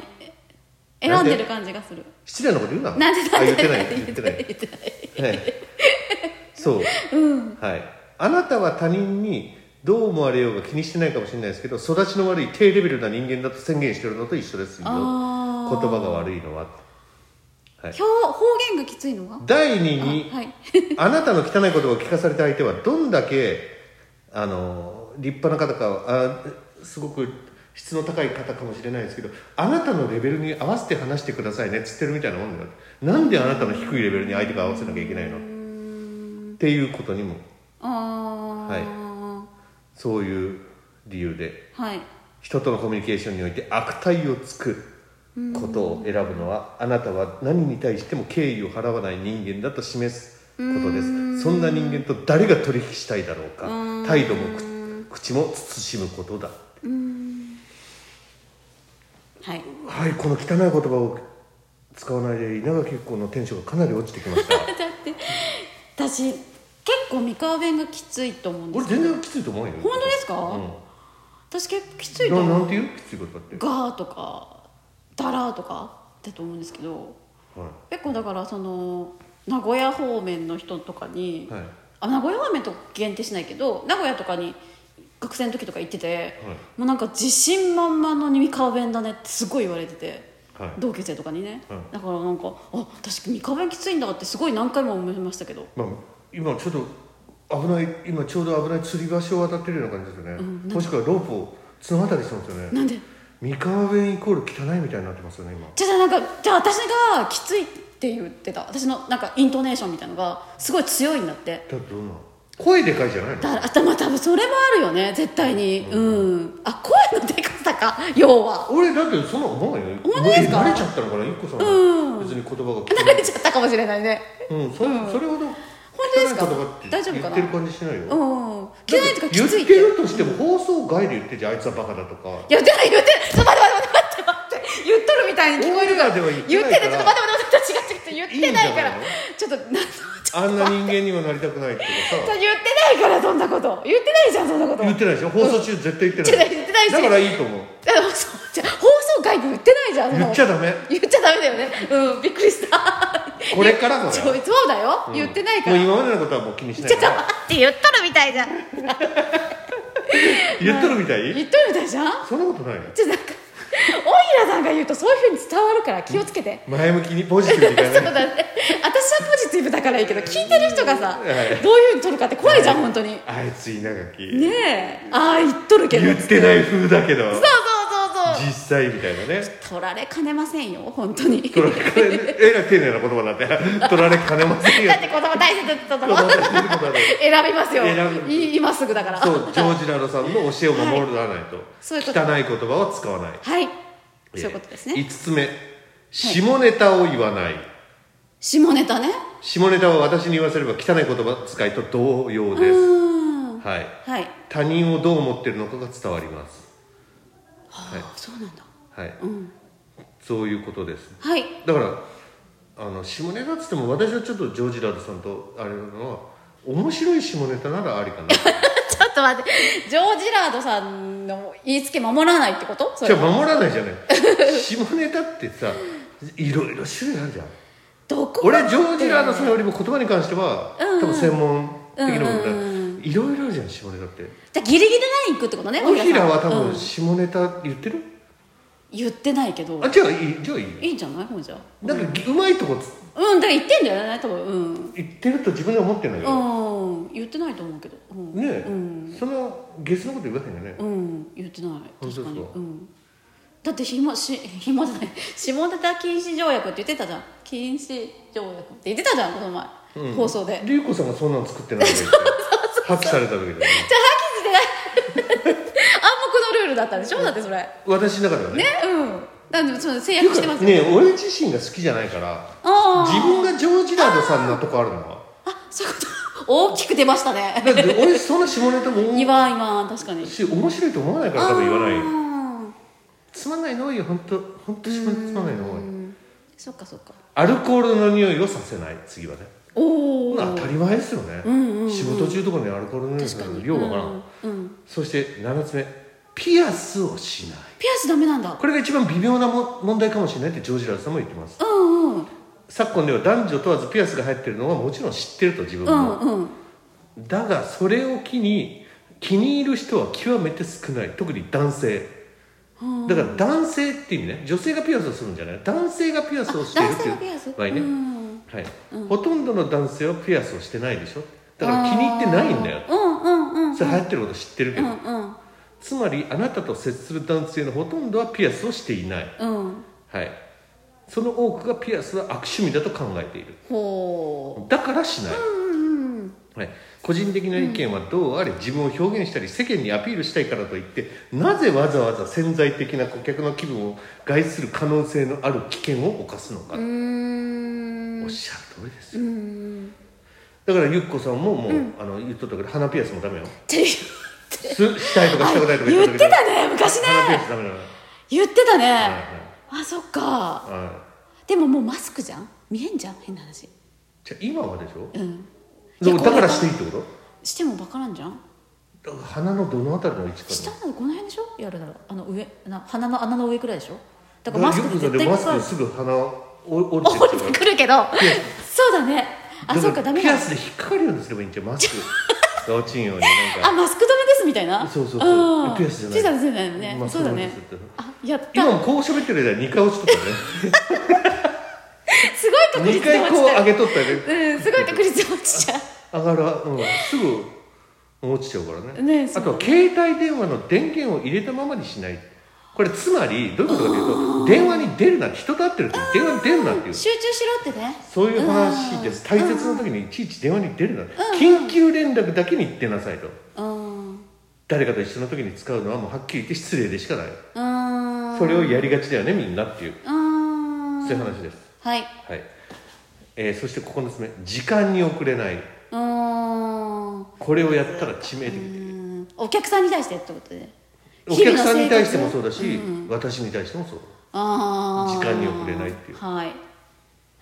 Speaker 2: え
Speaker 1: な
Speaker 2: 選
Speaker 1: ん
Speaker 2: ん
Speaker 1: で
Speaker 2: でる感じがする
Speaker 1: 失礼なこと言うな
Speaker 2: なんで
Speaker 1: あ
Speaker 2: なん
Speaker 1: 言
Speaker 2: で
Speaker 1: ってない
Speaker 2: なんで
Speaker 1: 言ってない
Speaker 2: 言ってない
Speaker 1: はい、そう、はい、あなたは他人にどう思われようが気にしてないかもしれないですけど育ちの悪い低レベルな人間だと宣言してるのと一緒ですよ言
Speaker 2: あー
Speaker 1: 葉が悪いのは、はい、
Speaker 2: 表方言がきついのが
Speaker 1: 第2に
Speaker 2: あはい
Speaker 1: あなたの汚い言葉を聞かされた相手はどんだけあの立派な方かあすごく質の高い方かもしれないですけどあなたのレベルに合わせて話してくださいねっつってるみたいなもんだよなんであなたの低いレベルに相手が合わせなきゃいけないのっていうことにも
Speaker 2: あ
Speaker 1: そういう理由で
Speaker 2: ーはい
Speaker 1: 人とのコミュニケーションにおいて悪態をつくことを選ぶのはあなたは何に対しても敬意を払わない人間だと示すことですそんな人間と誰が取引したいだろうか態度もく口も慎むことだ
Speaker 2: はい
Speaker 1: はいこの汚い言葉を使わないで稲垣結構のテンションがかなり落ちてきま した
Speaker 2: 私結構三河弁がきついと思うんで
Speaker 1: 俺
Speaker 2: すけど
Speaker 1: 全然きついと思うよ
Speaker 2: 本当ですか
Speaker 1: う
Speaker 2: 私結構きついと
Speaker 1: ん、な
Speaker 2: 思
Speaker 1: な
Speaker 2: うん
Speaker 1: て言うきつい言葉って、
Speaker 2: ガーとかダラーとかだと思うんですけど
Speaker 1: は
Speaker 2: 結構だからその名古屋方面の人とかに、
Speaker 1: はい
Speaker 2: あ名古屋方面と限定しないけど名古屋とかに学生の時とか行ってて、
Speaker 1: はい
Speaker 2: もうなんか自信満々の三河弁だねってすごい言われてて、
Speaker 1: はい
Speaker 2: 同級生とかにね、
Speaker 1: はい
Speaker 2: だからなんかあ私三河弁きついんだってすごい何回も思いましたけど、
Speaker 1: いまあ、今ちょっと危ない今ちょうど危ない吊り橋を渡ってるような感じですよね、もしくはロープを綱渡りしてますよね
Speaker 2: なんで
Speaker 1: 三河弁イコール汚いみたいになってますよね今
Speaker 2: じゃあなんかじゃあ私がきついって言ってた私のなんかイントネーションみたいのがすごい強いんだって
Speaker 1: だってどんな声でかいじゃないの
Speaker 2: だあたまあ多分それもあるよね絶対にうん、あ声のでかさか要は
Speaker 1: 俺だってそんな思うよ
Speaker 2: 本当ですか
Speaker 1: 慣れちゃったのかな一個さん
Speaker 2: う
Speaker 1: は別に言葉が
Speaker 2: 慣れちゃったかもしれないね
Speaker 1: 汚い、うんそそれほど汚い
Speaker 2: 当ですか
Speaker 1: 言葉って
Speaker 2: 大丈夫か
Speaker 1: 言っ
Speaker 2: な
Speaker 1: てる感じしないよ
Speaker 2: うん汚いとかき
Speaker 1: 言っ
Speaker 2: つい
Speaker 1: て
Speaker 2: って
Speaker 1: るとしても放送外で言ってじゃあいつはバカだとか
Speaker 2: 言ってない言ってないちょっと待って待って待って待って言っとるみたいに聞こえるから
Speaker 1: オンエアでは言って
Speaker 2: 言
Speaker 1: な
Speaker 2: っ
Speaker 1: いか
Speaker 2: て
Speaker 1: ら
Speaker 2: ないちょっと待って待って待って違う違う違う言ってないから
Speaker 1: いいんじゃないの
Speaker 2: ちょっとなんちょ
Speaker 1: あんな人間にはなりたくないっていうか
Speaker 2: っ
Speaker 1: さ
Speaker 2: と言ってないからそんなこと言ってないじゃんそんなこと
Speaker 1: 言ってないでしょ放送中絶対言ってない、
Speaker 2: うん言ってないし
Speaker 1: だからいいと思う
Speaker 2: あそうじゃあ放送外で言ってないじゃんそんな
Speaker 1: 言
Speaker 2: こ
Speaker 1: っ
Speaker 2: と
Speaker 1: ちゃダメ
Speaker 2: 言っちゃダメだよねうんびっくりした
Speaker 1: これからもだ
Speaker 2: そ
Speaker 1: よ
Speaker 2: うそうだよ、言ってないから
Speaker 1: もう今までのことはもう気にしない
Speaker 2: ちょっ
Speaker 1: か
Speaker 2: と
Speaker 1: ら
Speaker 2: 待って言っとるみたいじゃん
Speaker 1: 言っとるみたい、
Speaker 2: 言っとるみたいじゃん
Speaker 1: そんなことないよ
Speaker 2: ちょっとなんかオイラさんが言うとそういうふうに伝わるから気をつけて、
Speaker 1: 前向きにポジティブにいか
Speaker 2: そう
Speaker 1: ない
Speaker 2: だね私はポジティブだからいいけど聞いてる人がさ、
Speaker 1: はい
Speaker 2: どういうふうに取るかって怖いじゃん本当にね
Speaker 1: あいつ稲垣、
Speaker 2: えああ言っとるけど
Speaker 1: 言ってない風だけど
Speaker 2: そうそうそうそう
Speaker 1: 実際みたいなね
Speaker 2: 取られかねませんよ本当に
Speaker 1: 取られかねえらい丁寧な言葉になって 取られかねません よ
Speaker 2: だって子供大切って言った
Speaker 1: 子
Speaker 2: の
Speaker 1: 供たちのことはね
Speaker 2: 選びますよ
Speaker 1: 選ぶ
Speaker 2: い今すぐだから
Speaker 1: そうジョージ・ラロさんの教えを守らないと、
Speaker 2: そういうこと
Speaker 1: 汚い言葉は使わない
Speaker 2: はいそういうことですね
Speaker 1: 5つ目下ネタを言わない、
Speaker 2: 下ネタね
Speaker 1: 下ネタは私に言わせれば汚い言葉使いと同様です、
Speaker 2: うん
Speaker 1: はい
Speaker 2: はい
Speaker 1: 他人をどう思ってるのかが伝わります
Speaker 2: はあそうなんだ
Speaker 1: はい、そういうことです
Speaker 2: はい
Speaker 1: だからあの下ネタっつっても私はちょっとジョージ・ラドさんとあれなのは面白い下ネタならあり かな
Speaker 2: ちょっと待ってジョージ・ラードさんの言いつけ守らないってことそ
Speaker 1: じ
Speaker 2: れ
Speaker 1: ゃあ守らないじゃない下ネタってさいろいろ種類あるじゃん
Speaker 2: どこ
Speaker 1: 俺
Speaker 2: が
Speaker 1: ジョージ・ラードさんよりも言葉に関しては、多分専門的なものだ、
Speaker 2: うんう
Speaker 1: いろいろあるじゃん下ネタって
Speaker 2: じゃあギリギリライン行くってことね
Speaker 1: オヒラは多
Speaker 2: う
Speaker 1: 分
Speaker 2: ん
Speaker 1: 下ネタ言ってる、
Speaker 2: 言ってないけど
Speaker 1: あじゃあいいじゃあいい
Speaker 2: いいんじゃないほんじゃ
Speaker 1: なんかうまいとこつ
Speaker 2: うんだから言ってんだよね多分うん
Speaker 1: 言ってると自分では思ってないよ、
Speaker 2: うん言ってないと思うけどうん
Speaker 1: ねえ、
Speaker 2: うん
Speaker 1: そのゲスのこと言わへんよね、
Speaker 2: うん言ってない
Speaker 1: 本当ですか
Speaker 2: 確かにうんだってひもし ひもじゃない下ネタ禁止条約って言ってたじゃん禁止条約って言ってたじゃんこの前、
Speaker 1: うん
Speaker 2: 放送で
Speaker 1: りゅうこさんがそんなの作って ないわけで破棄されたわけだよね
Speaker 2: 暗黙のルールだったんでしょだってそれね
Speaker 1: 私の中ではね
Speaker 2: うんだってその制
Speaker 1: てい
Speaker 2: 約
Speaker 1: う
Speaker 2: し
Speaker 1: か
Speaker 2: てますよ
Speaker 1: ねえ俺自身が好きじゃないから
Speaker 2: あ
Speaker 1: 自分がジョージ・ラードさんなとこあるのは
Speaker 2: ああそういうこと大きく出ましたね
Speaker 1: だって俺そんな下ネタ も
Speaker 2: 今今確かに
Speaker 1: し面白いと思わないから多分言わないよ
Speaker 2: あ
Speaker 1: つまんないの多いよ本当本当自分つまんないの多い
Speaker 2: ーうんそっかそっか
Speaker 1: アルコールの匂いをさせない次はね
Speaker 2: おお
Speaker 1: 当たり前ですよね、
Speaker 2: んうんうん
Speaker 1: 仕事中とかにアルコールの匂い
Speaker 2: 確
Speaker 1: さ
Speaker 2: か
Speaker 1: せる
Speaker 2: に
Speaker 1: 量わからん、
Speaker 2: うんうん
Speaker 1: そして7つ目ピアスをしない
Speaker 2: ピアスダメなんだ
Speaker 1: これが一番微妙なも問題かもしれないってジョージ・ラルさんも言ってます
Speaker 2: うんうん
Speaker 1: 昨今では男女問わずピアスが入ってるのはもちろん知ってると自分
Speaker 2: う
Speaker 1: も、
Speaker 2: んうん
Speaker 1: だがそれを機に気に入る人は極めて少ない特に男性だから男性っていう意味ね女性がピアスをするんじゃない男性がピアスをしてる
Speaker 2: 男
Speaker 1: って
Speaker 2: 性
Speaker 1: い
Speaker 2: のピアス
Speaker 1: う場合ね、
Speaker 2: うん
Speaker 1: はいほとんどの男性はピアスをしてないでしょだから気に入ってないんだよ
Speaker 2: うんうんうん
Speaker 1: それ流行ってること知ってるけ
Speaker 2: う
Speaker 1: ど、
Speaker 2: んうん
Speaker 1: つまりあなたと接する男性のほとんどはピアスをしていない
Speaker 2: うん
Speaker 1: はいその多くがピアスは悪趣味だと考えている
Speaker 2: ほ
Speaker 1: だからしない、
Speaker 2: ううんうん
Speaker 1: はい、個人的な意見はどうあれ自分を表現したり世間にアピールしたいからといってなぜわざわざ潜在的な顧客の気分を害する可能性のある危険を犯すのか、
Speaker 2: うーん
Speaker 1: おっしゃる通りです
Speaker 2: う
Speaker 1: よ、
Speaker 2: ん
Speaker 1: だからゆっこさんももう、あの言っとったけど鼻ピアスもダメよ
Speaker 2: って
Speaker 1: すしたいとかしたくないとか
Speaker 2: 言ってた
Speaker 1: ね
Speaker 2: ね昔
Speaker 1: 鼻ピア
Speaker 2: ね
Speaker 1: スダメなの
Speaker 2: 言ってた
Speaker 1: はい
Speaker 2: ねあそっか
Speaker 1: はいはい
Speaker 2: でももうマスクじゃん見えんじゃん変な話
Speaker 1: じゃあ今はでしょ
Speaker 2: うん
Speaker 1: でも
Speaker 2: いや
Speaker 1: だから
Speaker 2: これ
Speaker 1: していいってこ
Speaker 2: してもバカなんじゃん
Speaker 1: とだから鼻のどのあたりの位置か
Speaker 2: 下
Speaker 1: な
Speaker 2: なのこの辺でしょやるならあの上な鼻の穴の上くらいでしょだ
Speaker 1: だ
Speaker 2: か
Speaker 1: からら
Speaker 2: マ
Speaker 1: よ
Speaker 2: スク
Speaker 1: くさで
Speaker 2: で絶対
Speaker 1: マ
Speaker 2: か
Speaker 1: ス
Speaker 2: か
Speaker 1: ク
Speaker 2: る
Speaker 1: すぐ鼻お折れ
Speaker 2: 降
Speaker 1: て
Speaker 2: り
Speaker 1: る
Speaker 2: てくるけどそうだね あ
Speaker 1: だ
Speaker 2: そ
Speaker 1: か
Speaker 2: っからダメ
Speaker 1: ピ
Speaker 2: だ
Speaker 1: アスで引っかかるようにすればいいんじゃんマス ク落ちんように
Speaker 2: あ
Speaker 1: なんか
Speaker 2: マスク止めですみたいな
Speaker 1: そうそうそう
Speaker 2: うん
Speaker 1: ピアスじゃない
Speaker 2: ピアスじゃないね
Speaker 1: マス
Speaker 2: そ
Speaker 1: ク
Speaker 2: うだ
Speaker 1: 止め
Speaker 2: ね
Speaker 1: ですって
Speaker 2: あやった
Speaker 1: 今もこう喋ってる間に2回落ちとった
Speaker 2: すごい確
Speaker 1: ね
Speaker 2: 率
Speaker 1: 2
Speaker 2: で
Speaker 1: 回
Speaker 2: 落
Speaker 1: こう上
Speaker 2: ち
Speaker 1: げとったよ
Speaker 2: た
Speaker 1: ね
Speaker 2: うんすごい確率で落ちちゃう
Speaker 1: 上がるうんすぐ落ちちゃうからね
Speaker 2: ねえそ
Speaker 1: あ
Speaker 2: う
Speaker 1: とは携帯電話の電源を入れたままにしないこれつまりどういうことかというと電話に出るな人と会ってる時に電話に出るなっていう
Speaker 2: 集中しろってね
Speaker 1: そういう話です大切な時にいちいち電話に出るな緊急連絡だけに出なさいと
Speaker 2: うん
Speaker 1: 誰かと一緒の時に使うのはもうはっきり言って失礼でしかない
Speaker 2: うん
Speaker 1: それをやりがちだよねみんなっていう
Speaker 2: うん
Speaker 1: そういう話です、
Speaker 2: はい
Speaker 1: はいえーそして9つ目時間に遅れない
Speaker 2: うん
Speaker 1: これをやったら致命的
Speaker 2: うんお客さんに対してってことで
Speaker 1: お客さんに対してもそう
Speaker 2: だ
Speaker 1: だし、私に対してもそう
Speaker 2: あー
Speaker 1: 時間に遅れないっていう
Speaker 2: はい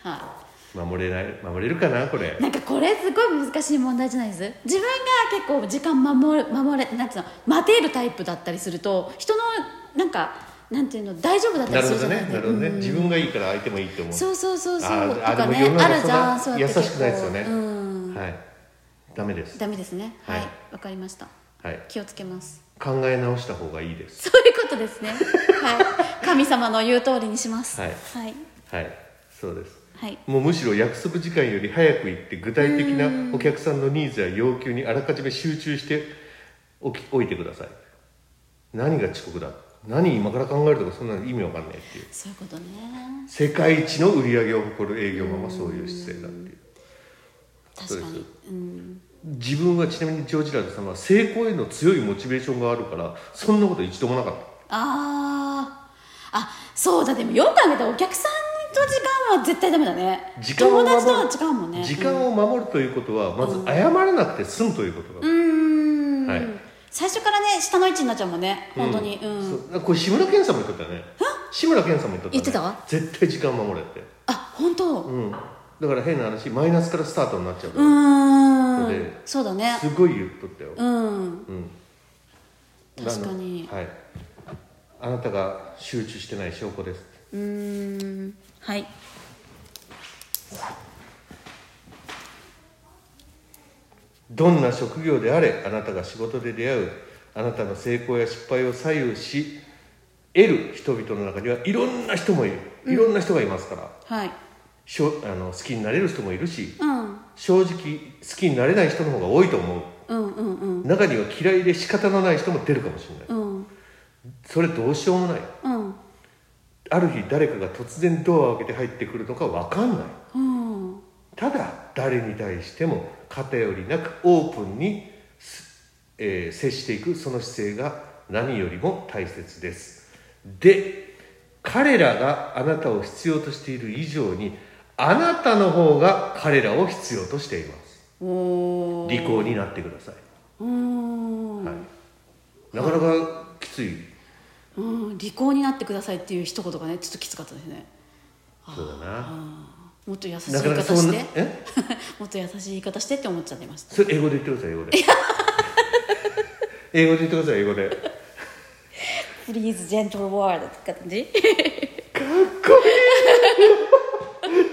Speaker 2: は
Speaker 1: 守れない守れるかなこれ
Speaker 2: いなんかこれすごい難しい問題じゃないです自分が結構時間守る守れなんつうの待てるタイプだったりすると人のなんかなんていうの大丈夫だった
Speaker 1: な
Speaker 2: り
Speaker 1: る
Speaker 2: す
Speaker 1: ほ
Speaker 2: るじ
Speaker 1: ど
Speaker 2: ゃな
Speaker 1: ね
Speaker 2: いです
Speaker 1: な
Speaker 2: か
Speaker 1: るほどね、自分がいいから相手もいいと思う
Speaker 2: そうそうそうそう
Speaker 1: あ
Speaker 2: と
Speaker 1: あ
Speaker 2: か
Speaker 1: でも
Speaker 2: ね
Speaker 1: 世の中
Speaker 2: ある
Speaker 1: そ
Speaker 2: じ
Speaker 1: ん
Speaker 2: ゃ
Speaker 1: なん
Speaker 2: そうや
Speaker 1: 優
Speaker 2: って
Speaker 1: しくないですよね、
Speaker 2: 結構うん
Speaker 1: はいダメです
Speaker 2: ダメですねはい
Speaker 1: は
Speaker 2: わ
Speaker 1: い、
Speaker 2: かりました
Speaker 1: はい
Speaker 2: 気をつけます
Speaker 1: 考え直した方がいいです
Speaker 2: そういうことですねはい神様の言う通りにします
Speaker 1: はい
Speaker 2: はい、
Speaker 1: はいそうです
Speaker 2: はい
Speaker 1: もうむしろ約束時間より早く行って具体的なお客さんのニーズや要求にあらかじめ集中しておきおいてください何が遅刻だ何今から考えるとかそんなの意味わかんないっていう
Speaker 2: そういうことね
Speaker 1: 世界一の売り上げを誇る営業マンはそういう姿勢だっていう
Speaker 2: 確かにうん
Speaker 1: 自分はちなみにジョージ・ランドさんは成功への強いモチベーションがあるからそんなこと一度もなかった
Speaker 2: あーあそうだでもよく考えたらお客さんと時間は絶対ダメだね
Speaker 1: 時間を
Speaker 2: 友達
Speaker 1: 守る
Speaker 2: とは違うもんね
Speaker 1: 時間を守るということはまず謝らなくて済むということだ、
Speaker 2: うーん、
Speaker 1: はい
Speaker 2: 最初からね下の位置になっちゃうもんね本当にうん、
Speaker 1: そうこれ志村けんさんも言っとったよね志村けんさんも言っとった、ね、
Speaker 2: 言ってた
Speaker 1: 絶対時間守れって
Speaker 2: あ本当う
Speaker 1: うんだから変な話マイナスからスタートになっちゃうから、
Speaker 2: ーん
Speaker 1: で
Speaker 2: そうだね
Speaker 1: すごい言っとったよ、
Speaker 2: うん
Speaker 1: うん
Speaker 2: 確かに
Speaker 1: あのはいあなたが集中してない証拠です
Speaker 2: うーんはい
Speaker 1: どんな職業であれあなたが仕事で出会うあなたの成功や失敗を左右し得る人々の中にはいろんな人もいるいろんな人がいますから、
Speaker 2: はい
Speaker 1: しょあの好きになれる人もいるし
Speaker 2: うん
Speaker 1: 正直好きになれない人の方が多いと思
Speaker 2: うんうんうん
Speaker 1: う中には嫌いで仕方のない人も出るかもしれない
Speaker 2: うん
Speaker 1: それどうしようもない
Speaker 2: うん
Speaker 1: ある日誰かが突然ドアを開けて入ってくるのか分かんない
Speaker 2: うん
Speaker 1: ただ誰に対しても偏りなくオープンにす、えー接していくその姿勢が何よりも大切ですで彼らがあなたを必要としている以上にあなたの方が彼らを必要としています
Speaker 2: おー
Speaker 1: 利口になってください、
Speaker 2: うーん、
Speaker 1: はい、なかなかきつい
Speaker 2: うん利口になってくださいっていう一言がねちょっときつかったですね
Speaker 1: そうだな
Speaker 2: もっと優しい
Speaker 1: な
Speaker 2: 言
Speaker 1: か
Speaker 2: い
Speaker 1: なか
Speaker 2: 方
Speaker 1: そ
Speaker 2: し
Speaker 1: ん
Speaker 2: て
Speaker 1: なえ
Speaker 2: もっと優しい言い方してって思っちゃってました
Speaker 1: それ英語で言ってください英語で英語で言ってください英語で
Speaker 2: 「Please gentle word」って感じ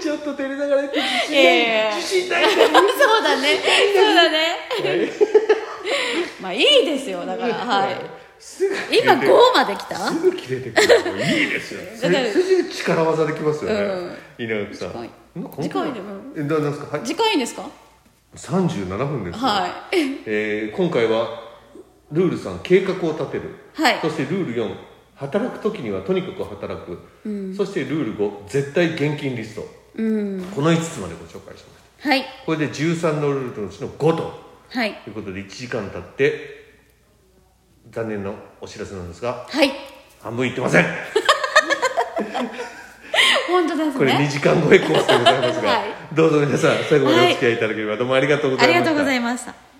Speaker 1: ちょっと照れながら言って自信
Speaker 2: いや
Speaker 1: な
Speaker 2: い
Speaker 1: い
Speaker 2: や
Speaker 1: 自信ないんだよ
Speaker 2: そうだねそうだねまあいいですよだからはい
Speaker 1: すぐ
Speaker 2: 今
Speaker 1: 切れてる
Speaker 2: 5まで来た
Speaker 1: すぐ切れてくるもういいですよそ
Speaker 2: だから
Speaker 1: れそれで力技できますよね、稲垣さん
Speaker 2: 近い
Speaker 1: な
Speaker 2: 近いでも
Speaker 1: えななんですかはい
Speaker 2: 時間いいんですか
Speaker 1: 37分ですよ
Speaker 2: は
Speaker 1: えー今回はルール3計画を立てる、
Speaker 2: はい
Speaker 1: そしてルール4働く時にはとにかく働く、そしてルール5絶対現金リスト、この5つまでご紹介しました
Speaker 2: はい
Speaker 1: これで13のルールのうちの5と
Speaker 2: はい
Speaker 1: ということで1時間経って残念なお知らせなんですが
Speaker 2: はい
Speaker 1: 半分いってません
Speaker 2: 本当です
Speaker 1: これ2
Speaker 2: ね
Speaker 1: 時間 超えコースでございますが、
Speaker 2: は
Speaker 1: どうぞ皆さん最後までお付き合いいただければどうもありがとうござ
Speaker 2: あ
Speaker 1: いまし
Speaker 2: り
Speaker 1: た、
Speaker 2: がとうございました